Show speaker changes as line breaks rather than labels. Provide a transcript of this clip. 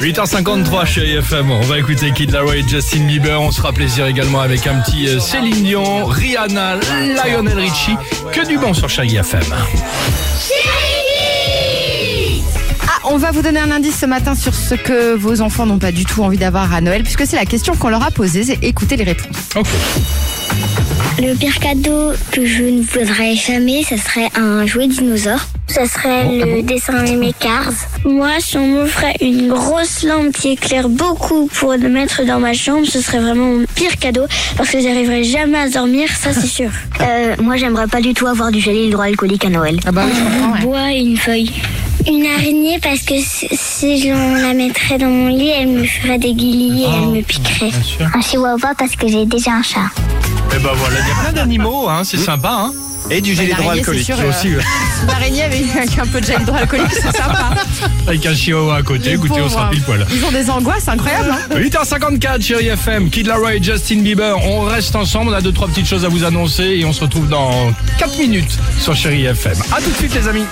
8h53 chez IFM, on va écouter Kid Laroi et Justin Bieber, on se fera plaisir également avec un petit euh, Céline Dion, Rihanna, Lionel Richie, que du bon sur Chérie FM.
Ah, on va vous donner un indice ce matin sur ce que vos enfants n'ont pas du tout envie d'avoir à Noël, puisque c'est la question qu'on leur a posée, c'est écouter les réponses.
Ok.
Le pire cadeau que je ne voudrais jamais, ça serait un jouet dinosaure. Ça serait le dessin animé Cars. Moi, si on m'offrait une grosse lampe qui éclaire beaucoup pour le mettre dans ma chambre, ce serait vraiment mon pire cadeau parce que j'arriverais jamais à dormir, ça c'est sûr. Euh, moi, j'aimerais pas du tout avoir du gel hydroalcoolique à Noël.
Ah bah oui, je comprends, ouais.
bois et une feuille. Une araignée parce que si- si je la mettrais dans mon lit, elle me ferait des guillis et elle me piquerait.
sûr.
Un chihuahua parce que j'ai déjà un chat.
Et ben voilà, il y a plein d'animaux, hein, c'est sympa. Hein.
Et du gel
l'araignée,
hydroalcoolique.
c'est sûr, euh, Une araignée avec, avec un peu de gel hydroalcoolique, c'est sympa.
Avec un chihuahua à côté,
Les
écoutez, on
pauvres,
sera pile poil.
Ils ont des angoisses incroyables. hein.
8h54, chérie FM, Kid Laroi et Justin Bieber, on reste ensemble, on a deux trois petites choses à vous annoncer et on se retrouve dans 4 minutes sur chérie FM. A tout de suite les amis.